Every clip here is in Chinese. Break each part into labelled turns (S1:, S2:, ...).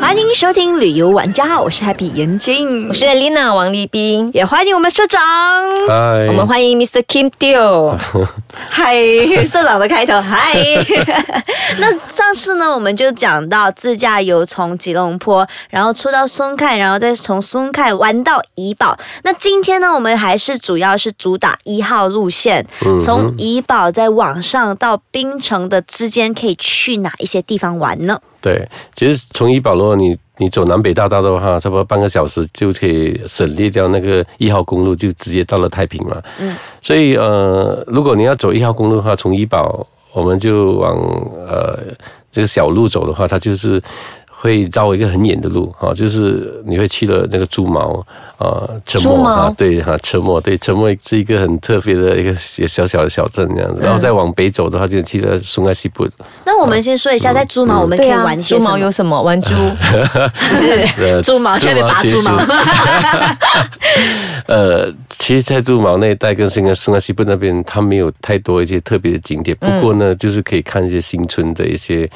S1: 欢迎收听旅游玩家，我是 Happy 严静
S2: 我，是 Lina 王立斌，
S1: 也欢迎我们社长。
S3: 嗨，
S2: 我们欢迎 Mr. Kim Teo。
S1: 嗨，社长的开头，嗨。 那上次呢，我们就讲到自驾游从吉隆坡，然后出到松开，然后再从松开玩到怡保。那今天呢，我们还是主要是主打一号路线，从怡保再往上到槟城的之间，可以去哪一些地方玩呢？
S3: 对，其实从怡保路你你走南北大道的话，差不多半个小时就可以省略掉那个一号公路，就直接到了太平了。嗯，所以呃，如果你要走一号公路的话，从怡保我们就往呃这个小路走的话，它就是。会绕一个很远的路哈、就是你会去了那个猪毛啊、呃，车
S1: 猪
S3: 磨
S1: 毛
S3: 啊，对哈，车磨对，车磨是一个很特别的一个小小的小镇这样子，然后再往北走的话，就去了松爱西部，
S1: 那我们先说一下，在猪毛我们可以玩些
S2: 啊猪
S1: 什
S2: 毛有
S1: 么？
S2: 什么？玩猪，
S3: 呃
S1: 猪毛去那边拔
S3: 其实
S1: 猪 毛，
S3: 呃，其实，在杜毛那一带跟新安新安西部那边，它没有太多一些特别的景点。不过
S1: 嗯
S3: 呢，就是可以看一些新村的一些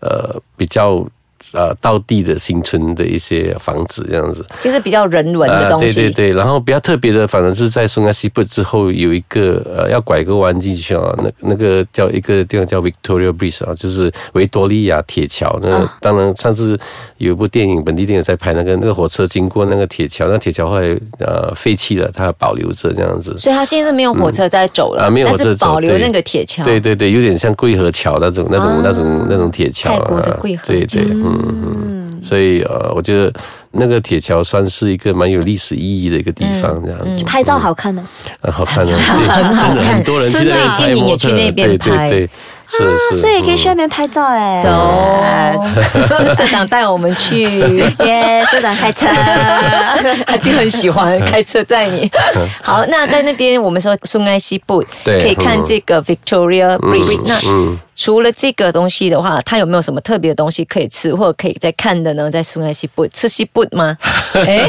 S3: 呃比较呃道地的新村的一些房子这样子。
S2: 就是比较人 文的东西。
S3: 啊呃对对对，然后比较特别的，反而是在松安西部之后有一个呃，要拐个弯进去啊，那那个叫一个地方叫 Victoria Bridge 啊，就是维多利亚铁桥。那、
S2: 嗯
S1: 啊
S3: 当然上次有一部电影，本地电影在拍那个那个火车经过那个铁桥，那铁桥后来呃废弃了，它还保留着这样子。
S2: 所以它现在是没有火车在走了，
S3: 啊没有火车
S2: 但是保留
S3: 走对
S2: 那个铁桥。
S3: 对对对，有点像桂河桥那种那种、那种那种铁桥啊，
S2: 泰国的桂河
S3: 对对，嗯嗯，所以呃，我觉得那个铁桥算是一个蛮有历史意义的一个地
S2: 嗯
S3: 方，这样子。
S1: 拍照好看吗？
S3: 很好 看啊，对真的很多人去那边拍
S2: 真的电啊影也
S3: 模
S2: 去
S3: 特，
S2: 那边
S3: 对
S2: 拍
S3: 对对，是是，
S1: 所以可以去那
S3: 嗯
S1: 边拍照哎。
S2: 哦，社长带我们去。
S1: 耶，社长开车。
S2: 他就很喜欢开车载 你。好，那在那边我们说松埃西部，
S3: 对
S2: 可以看这个 Victoria
S3: 嗯
S2: Bridge、那
S3: 嗯，
S2: 除了这个东西的话，它有没有什么特别的东西可以吃，或者可以再看的呢？在松埃西部吃西部 吗？ 哎，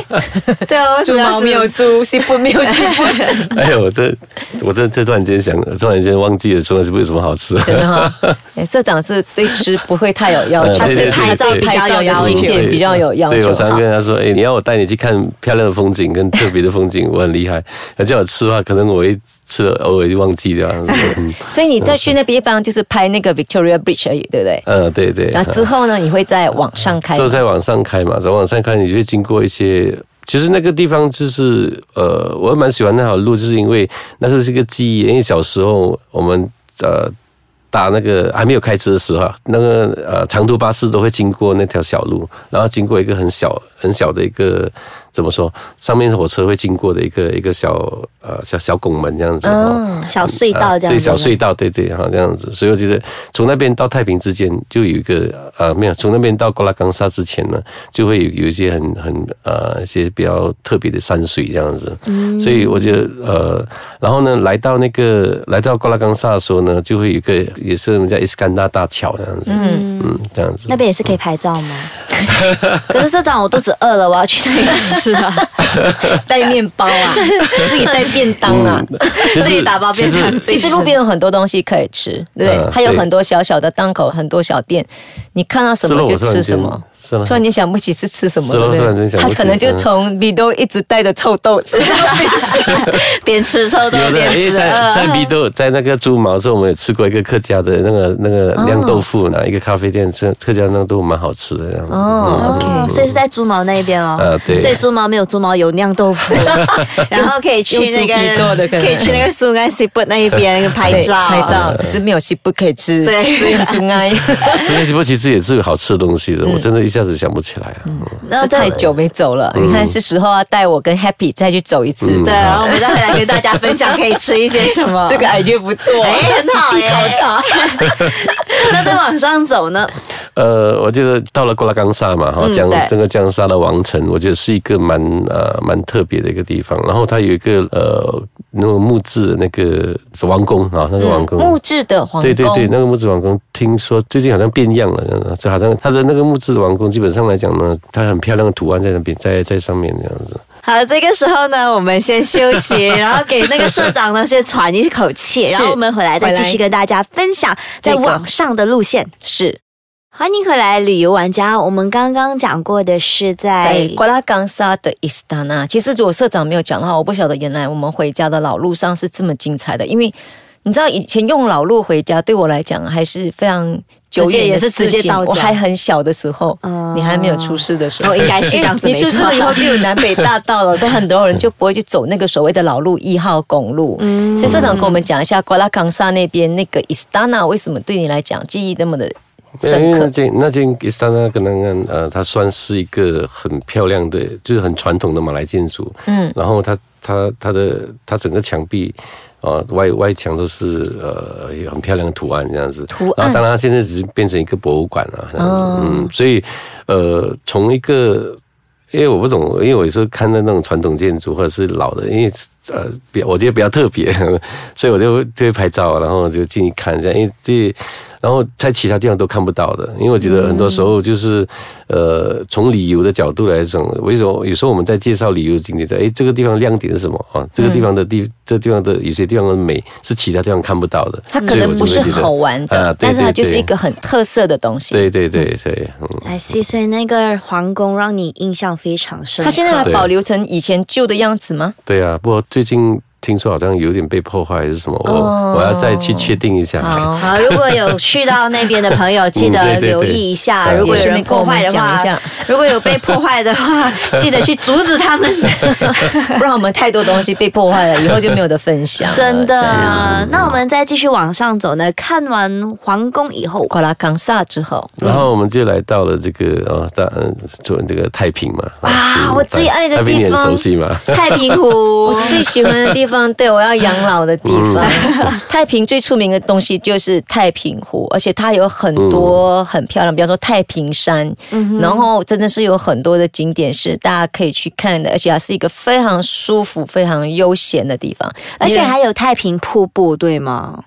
S1: 对啊，为什
S2: 猪
S1: 么要
S2: 毛没有
S1: 吃
S2: 猪，西部没有西 部，
S3: 哎呦，我这我这这突然间想，突然间忘记了，中的是不是有什么好吃？
S2: 真的哈、哎社长是对吃不会太有要求，
S3: 呃对对对
S2: 拍照
S3: 对
S2: 比较有要求，
S3: 对
S2: 景点比较有要
S3: 对
S2: 求。
S3: 我常
S2: 好
S3: 常跟他说，哎，你要我带你去看漂亮的风景跟特别的风 景，我很厉害。他叫我吃的话，可能我会吃了，偶尔就忘记掉。嗯
S2: 所以你再去那边一般就是拍那个 Victoria Bridge 而已，对不对？
S3: 嗯，对对。
S2: 然后之后呢，你会在网上开吗
S3: 就在往上开嘛，在往上开，你就会经过一些。其实那个地方就是，呃，我蛮喜欢那条路，就是因为那个是一个记忆，因为小时候我们呃搭那个还没有开车的时候啊，那个呃长途巴士都会经过那条小路，然后经过一个很小很小的一个怎么说，上面火车会经过的一个一个小呃小小拱门这样子。哦
S1: 小隧道
S3: 啊
S1: 这样子？
S3: 对，小隧道，对对，哈，这样子。所以我觉得从那边到太平之间就有一个呃，没有，从那边到瓜拉冈萨之前呢，就会有有一些很很呃一些比较特别的山水这样子。嗯，所以我觉得呃，然后呢，来到那个来到瓜拉冈萨的时候呢，就会有一个也是我们叫伊斯甘纳大桥这样子。嗯嗯，这样子
S1: 那。边也是可以拍照吗？可是社长，我肚子饿了，我要去那里 吃 啊！
S2: 带面包啊，自己带便当啊，
S3: 嗯 其
S1: 自己打包便当
S3: 其实
S2: 其实路边有很多东西可以吃，对不对？
S3: 嗯
S2: 还有
S3: 对
S2: 很多小小的档口，很多小店，你看到什
S3: 是
S2: 么
S3: 咯
S2: 就
S3: 我突然
S2: 吃什
S3: 间
S2: 么。
S3: 是吗？
S2: 突然间想不起是吃什么，
S3: 是咯
S2: 对不
S3: 突然间
S2: 对？
S3: 想
S2: 他
S3: 不起嗯
S2: 可能就是从 B 都一直带着臭豆 吃，
S1: 边吃臭豆
S3: 有的，
S1: 边
S3: 诶，
S1: 吃。
S3: 在在米豆，在那个猪毛的时候，我们也吃过一个客家的那个那个酿豆腐呢，一个咖啡店吃客家酿豆腐蛮好吃的这样子。
S2: 哦
S3: 嗯
S1: 哦，所以是在猪毛那一边哦。
S2: 呃
S3: 啊对
S1: 所以猪毛没有猪毛有酿豆 腐，然后可以去那
S2: 用猪皮做的可
S1: 个，
S2: 能
S1: 可以去那个苏安西布那一边拍
S2: 对
S1: 照，嗯
S2: 拍照，可是没有西不可以吃，
S1: 对
S2: 只有苏 埃，
S3: 所以那不其实也是有好吃的东西的，我真的一下子想不起来啊。
S1: 然后
S2: 这
S1: 再
S2: 太久没走了。你看是时候要带我跟 Happy 再去走一次，
S1: 嗯对，然后我们再回来跟大家分享可以吃一些什么。
S2: 这个 idea 不错，
S1: 哎，很好耶！ 那再往上走呢？
S3: 呃，我觉得到了郭拉冈萨嘛，哈，江
S1: 对
S3: 整个江沙的王城，我觉得是一个蛮呃蛮特别的一个地方。然后它有一个呃那种木质的那个王宫啊，那个王宫。
S2: 木质的皇宫，
S3: 对对对，那个木质王宫，听说最近好像变样了，这好像它的那个木质王宫，基本上来讲呢，它很漂亮的图案在那边，在在上面这样子。
S1: 好，这个时候呢，我们先休 息，然后给那个社长呢先喘一口气，
S2: 是
S1: 然后我们回来再继
S2: 回
S1: 续
S2: 来
S1: 跟大家分享在
S2: 这个
S1: 网上的路线。
S2: 是
S1: 欢迎回来，旅游玩家。我们刚刚讲过的是在
S2: 在瓜拉冈萨的伊斯坦纳。其实如果社长没有讲的话，我不晓得原来我们回家的老路上是这么精彩的，因为。你知道以前用老路回家，对我来讲还是非常久
S1: 直接
S2: 远
S1: 也
S2: 的
S1: 是直
S2: 事
S1: 接
S2: 情。
S1: 到家
S2: 我还很小的时候，
S1: 哦
S2: 你还没有出世的时候，
S1: 哦应 该是这样子
S2: 因为你出世了以后就有南北大道了，所以很多人就不会去走那个所谓的老路一号公路。
S1: 嗯
S2: 所以社长跟我们讲一下瓜拉冈萨那边那个伊斯坦纳为什么对你来讲记忆那么的
S3: 没有，因为
S2: 深
S3: 那
S2: 刻？
S3: 间那间伊斯坦纳可能呃，它算是一个很漂亮的，就是很传统的马来建筑。
S2: 嗯，
S3: 然后它它它的它整个墙壁。啊、外外墙都是呃有很漂亮的图案这样子，
S2: 图案
S3: 然后当然它现在只是变成一个博物馆了、这样子，
S2: 哦
S3: 嗯，所以呃从一个，因为我不懂，因为我有时候看到那种传统建筑或者是老的，因为呃比我觉得比较特别， 所以我就就会拍照，然后就进去看一下，因为这然后在其他地方都看不到的，因为我觉得很多时候就是，呃，从旅游的角度来讲，为什么有时候我们在介绍旅游景点的，哎，这个地方亮点是什么啊？这个地方的地，这地方的有些地方的美是其他地方看不到的，
S2: 它可能不是好玩
S3: 所以我就会觉得
S2: 的，
S3: 啊对
S2: 但是它就是
S3: 对
S2: 一个很特色的东西。
S3: 对对对对，嗯，
S1: I see，所以那个皇宫让你印象非常深刻。
S2: 它现在还
S3: 对
S2: 保留成以前旧的样子吗？
S3: 对啊。不过最近听说好像有点被破坏还是什么，我、
S2: 哦
S3: 我要再去确定一下。
S2: 好，
S1: 好，嗯如果有去到那边的朋友，记
S3: 对
S1: 得
S3: 对对
S1: 留意一下。
S3: 对
S1: 如果有
S2: 顺
S1: 人
S2: 便跟
S1: 破
S2: 我
S1: 坏
S2: 们
S1: 的
S2: 讲
S1: 话
S2: 一，下，
S1: 如果有被破坏的 话，记得去阻止他们。
S2: 不然我们太多东西被破坏了，以后就没有得 分享 了。
S1: 真的
S2: 对啊。
S1: 啊。那我们再继续往上走呢，看完皇宫以后，
S2: 瓜拉冈萨之后，
S3: 然后我们就来到了这个啊，大嗯，做这个太平嘛。
S2: 啊
S1: 哇
S3: 嗯
S1: 我最爱的
S3: 太平你
S1: 地
S3: 很
S1: 方
S3: 熟悉嘛？
S1: 太平 湖
S2: 我最喜欢的地方，对我要养老的地方。
S3: 嗯
S2: 太平最出名的东西就是太平湖，而且它有很多
S3: 嗯
S2: 很漂亮，比方说太平山，然后真的是有很多的景点是大家可以去看的，而且它是一个非常舒服、非常悠闲的地方，
S1: 而且还有太平瀑布，对吗？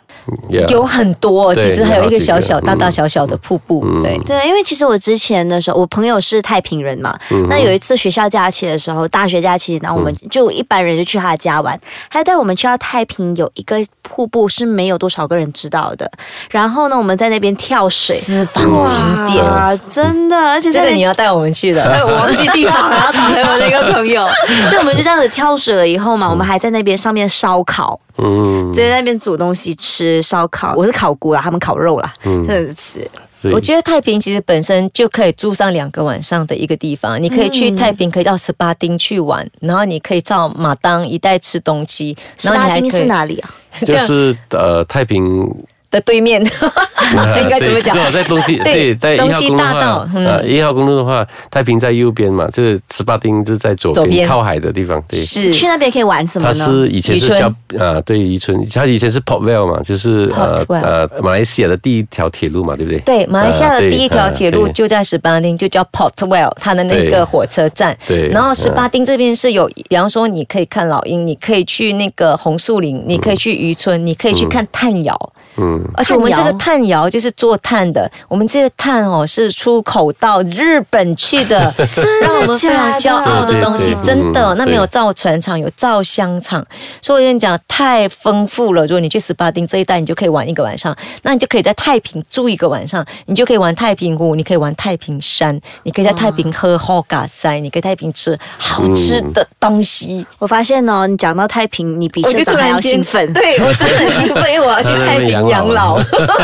S3: Yeah
S2: 有很多，
S3: 对
S2: 其实还有一个小
S3: 有
S2: 小、
S3: 好几个嗯
S2: 大大小小的瀑布，对。
S1: 对，因为其实我之前的时候，我朋友是太平人嘛，那有一次学校假期的时候，大学假期，然后我们就一般人就去他家玩，他带我们去到太平有一个瀑布是没有多少个人知道的，然后呢，我们在那边跳水，
S2: 私房景点，
S1: 哇，真的，而且
S2: 这
S1: 在
S2: 个
S1: 那
S2: 你要带我 们去的。
S1: 哎， 我忘记地方了，然后找回我那个朋友，就我们就这样子跳水了以后嘛，我们还在那边上面烧烤，
S3: 嗯
S1: 直，接在那边煮东西吃烧烤，我是烤菇啦，他们烤肉啦，
S3: 嗯
S1: 真的是吃。
S3: 所以
S2: 我觉得太平其实本身就可以住上两个晚上的一个地方，你可以
S1: 嗯
S2: 去太平，可以到十八丁去玩，然后你可以到马当一带吃东西，
S1: 十
S2: 然后
S1: 八
S2: 你
S1: 丁
S2: 还可
S1: 是
S2: 以
S1: 哪里啊？
S3: 就是呃太 平，啊
S2: 的对面，应该怎么 讲
S3: 对？正好在东西对，
S2: 对
S3: 在一
S2: 东
S3: 号
S2: 西
S3: 公路的
S2: 大道
S3: 话，
S2: 嗯
S3: 啊一号公路的话，太平在右边嘛，这个十八丁是在左
S2: 左
S3: 边
S2: 边
S3: 靠海的地方，对。
S2: 是
S1: 去那边可以玩什么
S3: 它
S1: 呢？
S3: 是以前是
S2: 渔村
S3: 小啊，对渔村，它以前是 Port Vale 嘛，就是呃
S2: Port Vale
S3: 呃马来西亚的第一条铁路嘛，对不对？
S2: 对，马来西亚
S3: 啊
S2: 的
S3: 对
S2: 第一条铁
S3: 啊
S2: 路
S3: 对
S2: 就在十八丁，就叫 Portwell，它的那
S3: 对
S2: 个火车站。
S3: 对啊
S2: 然后十八丁这边是有，比方说你可以看老鹰，你可以去那个红树林，你可以去渔村，你可以去看炭窑。
S3: 嗯，
S2: 而且我们这个
S1: 炭窑
S2: 炭窑就是做炭的，我们这个炭哦是出口到日本 去的，让我们非常骄傲的东西
S3: 对对，对
S2: 真的
S3: 嗯。
S2: 那边有造船厂，有造香厂，所以我跟你讲太丰富了。如果你去十八丁这一带，你就可以玩一个晚上，那你就可以在太平住一个晚上，你就可以玩太平湖，你可以玩太平山，你可以在太平喝喝嘎塞，你可以太平吃好吃的东西。
S1: 我发现哦，你讲到太平，你比社长还要兴奋。
S2: 对我真的很兴奋，因为 我要去太平养老。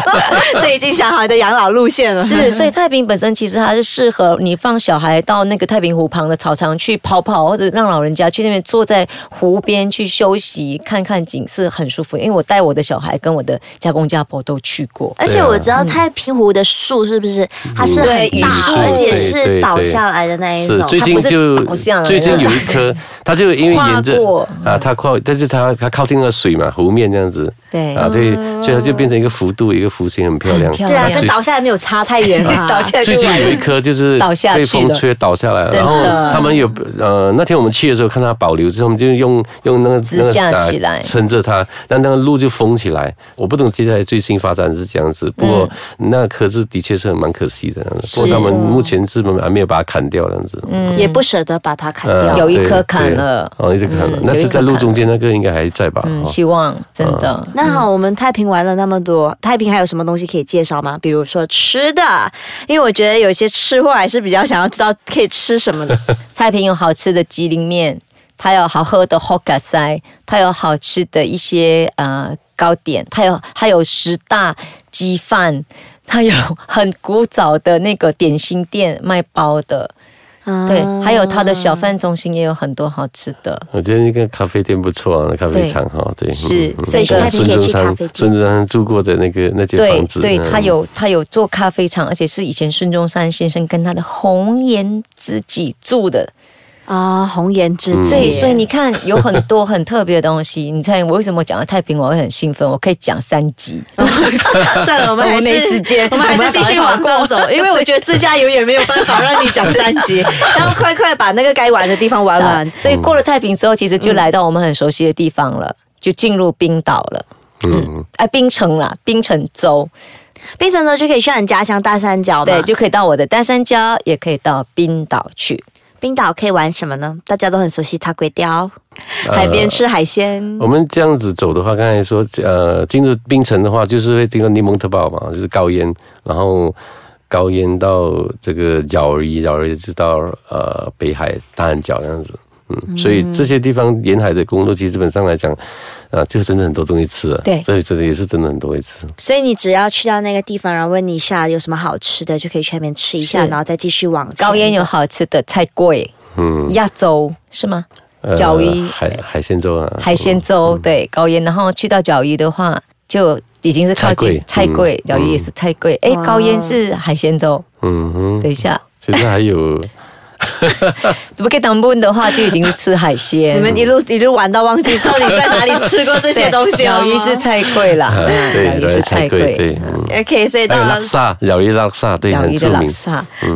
S1: 所以已经想好你的养老路线了。
S2: 是，所以太平本身其实它是适合你放小孩到那个太平湖旁的草场去跑跑，或者让老人家去那边坐在湖边去休息，看看景色，很舒服。因为我带我的小孩跟我的家公家婆都去过。
S1: 而且
S3: 啊
S1: 我知道太平湖的树是不是它是很
S2: 对
S1: 大
S2: 榆，树
S1: 而且
S3: 嗯对对
S1: 是
S3: 对
S1: 倒下来的那一种
S3: 是，。最
S2: 它
S3: 近
S2: 不是
S3: 就
S2: 倒下来
S3: 最近
S2: 了
S3: 有一颗，它就因为沿着
S2: 跨过
S3: 啊，它靠，但是它它靠近了水嘛，湖面这样子，
S2: 对
S3: 啊，所以所以它就变成一个浮度，一个弧形，很漂亮。
S2: 很漂
S1: 对
S2: 亮
S1: 啊，
S2: 对
S1: 跟倒下来没有差太远 啊。
S2: 倒下来就
S3: 最近有一棵就是
S2: 倒下去
S3: 被
S2: 的
S3: 风吹倒下来了，
S2: 真
S3: 然
S2: 的
S3: 后他们有呃那天我们去的时候看它保留之后，我们就用用那个
S2: 支架起来
S3: 那个撑着它，让那个路就封起来。我不懂接下来最新发展是这样子，不过
S2: 嗯
S3: 那棵是的确是很蛮可惜的，不过他们目前是还没有把它砍掉这样子。嗯，
S1: 也不舍得把它砍掉。
S2: 有一棵砍了
S3: 啊对对哦，一直砍了
S2: 嗯，
S3: 那
S2: 有一
S3: 是
S2: 棵
S3: 在路
S2: 砍
S3: 中间那个应该还在吧？
S2: 嗯，
S3: 哦
S2: 希望真的。
S1: 那好，我们太平玩了那么多，太平还有什么东西可以介绍吗？比如说吃的，因为我觉得有些吃货还是比较想要知道可以吃什么的。
S2: 太平有好吃的吉林面，它有好喝的 Hoka 塞，它有好吃的一些呃糕点，它有它有十大鸡饭， 它有很古早的那个点心店卖包的，对，还有它的小贩中心也有很多好吃的。
S3: 我觉得那个咖啡店不错啊，那咖啡厂哈，对，
S2: 是
S3: 嗯
S2: 所以
S3: 嗯
S2: 太
S1: 平可以去咖啡店
S3: 孙中山住过的那个那间
S2: 对
S3: 房子，
S2: 对，
S3: 嗯
S2: 它有它有做咖啡厂，而且是以前孙中山先生跟他的红颜知己住的，
S1: 啊、红颜知
S3: 嗯
S1: 己。
S2: 对，所以你看有很多很特别的东西。你看我为什么讲到太平，我会很兴奋，我可以讲三集。
S1: 算了，我们还
S2: 我
S1: 是
S2: 没时间
S1: 我们还是继续往上走，因为我觉得自驾游也没有办法让你讲三 集，然后快快把那个该玩的地方玩完。
S3: 嗯
S2: 所以过了太平之后，其实就来到我们很熟悉的地方了，就进入冰岛了。
S3: 嗯，
S2: 哎，冰城啦，冰城州，
S1: 冰城州就可以去你家乡大三角嘛，
S2: 对，就可以到我的丹山礁，也可以到冰岛去。
S1: 冰岛可以玩什么呢？大家都很熟悉塔龟雕，
S3: 呃
S1: 海边吃海
S2: 哦
S1: 鲜。
S3: 嗯我们这样子走的话，刚才说呃，进入冰城的话，就是会经过柠檬特堡嘛，就是高原，然后高原到这个角儿一，角儿一直到呃北海大汉角这样子。嗯，所以这些地方沿海的公路，其实基本上来讲，啊，就真的很多东西吃啊。
S2: 对
S3: 所以真的也是真的很多东西吃。
S1: 所以你只要去到那个地方，然后问一下有什么好吃的，就可以去那边吃一下，
S2: 是
S1: 然后再继续往前
S2: 高原有好吃的菜粿，
S3: 嗯，
S2: 亚洲是吗？
S3: 呃
S2: 角一
S3: 海海鲜粥啊，
S2: 海鲜粥，对，高原。然后去到角鱼的话，就已经是靠近
S3: 菜
S2: 菜
S3: 粿
S2: 粿
S3: 嗯，
S2: 角鱼也是菜粿。哎
S1: 哇，
S2: 高原是海鲜粥。
S3: 嗯哼，
S2: 等一下，
S3: 其实还 有，嗯
S2: 不给当温的话，就已经是吃海 鲜。
S1: 你们一路一路玩到忘记到底在哪里吃过这些 东西啊了吗
S2: 小一是菜 粿啦，
S3: 呃
S2: 小一是菜
S3: 对
S2: 粿，，
S3: 嗯
S1: OK，所以
S3: 还
S1: 到
S3: 有
S1: 了
S3: 拉萨，饶一拉萨，对，
S2: 小
S3: 很
S2: 一的
S3: 著
S2: 拉
S3: 名。嗯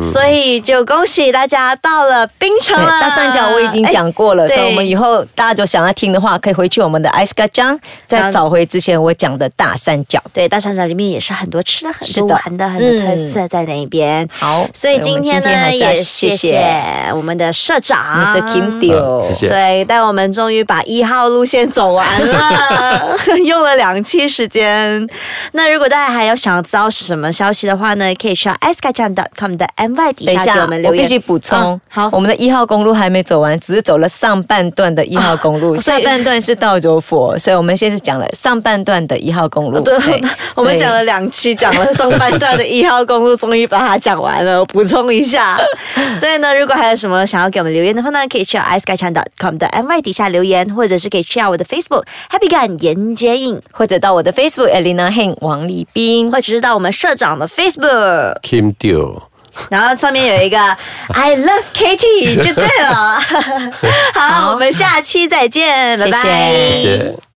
S2: 萨。
S1: 所以就恭喜大家到了冰城
S2: 对，
S1: 了。
S2: 大三角我已经讲过了，
S1: 哎
S2: 所以我们以后大家就想要听的话，可以回去我们的 Ice g a j a n 再找回之前我讲的大三角。
S1: 对，大三角里面也是很多吃的、很
S2: 是
S1: 多
S2: 的
S1: 玩的、很多特色在那边。
S2: 好，
S1: 所以今天呢，
S2: 我们今
S1: 也
S2: 还是要
S1: 谢
S2: 谢
S1: 谢
S2: 谢
S1: 我们的社长
S2: Mr. Kim Dio，
S3: 好啊谢谢
S1: 对，但我们终于把一号路线走完 了，用了两期时间。那如果大家还有想知道什么消息的话呢，可以上 s k y c h a n c o m 的 my 底
S2: 等一
S1: 下给
S2: 下
S1: 我们，
S2: 我
S1: 留言。
S2: 必须补充
S1: 嗯，好
S2: 我们的一号公路还没走完，只是走了上半段的一号公路，
S1: 啊所
S2: 下
S1: 以
S2: 半段是到柔佛，所以我们现在是讲了上半段的一号公路。
S1: 对，我
S2: 哦哎所
S1: 们
S2: 以
S1: 讲了两期，讲了上半段的一号公路，终于把它讲完了。我补充一下， 所以呢，如果还有什么想要给我们留言的话呢，可以去到 i s k y c h a n c o m 的 my 底下留言，或者是可以去到我的 Facebook Happy Gun 严接应，
S2: 或者到我的 Facebook Elena Heng 王立斌，
S1: 或者是到我们社长的 Facebook。
S3: Kim Dio，
S1: 然后上面有一个 I love Katie 就对了。好，我们下期再见，拜拜。
S2: 谢谢
S3: 谢谢。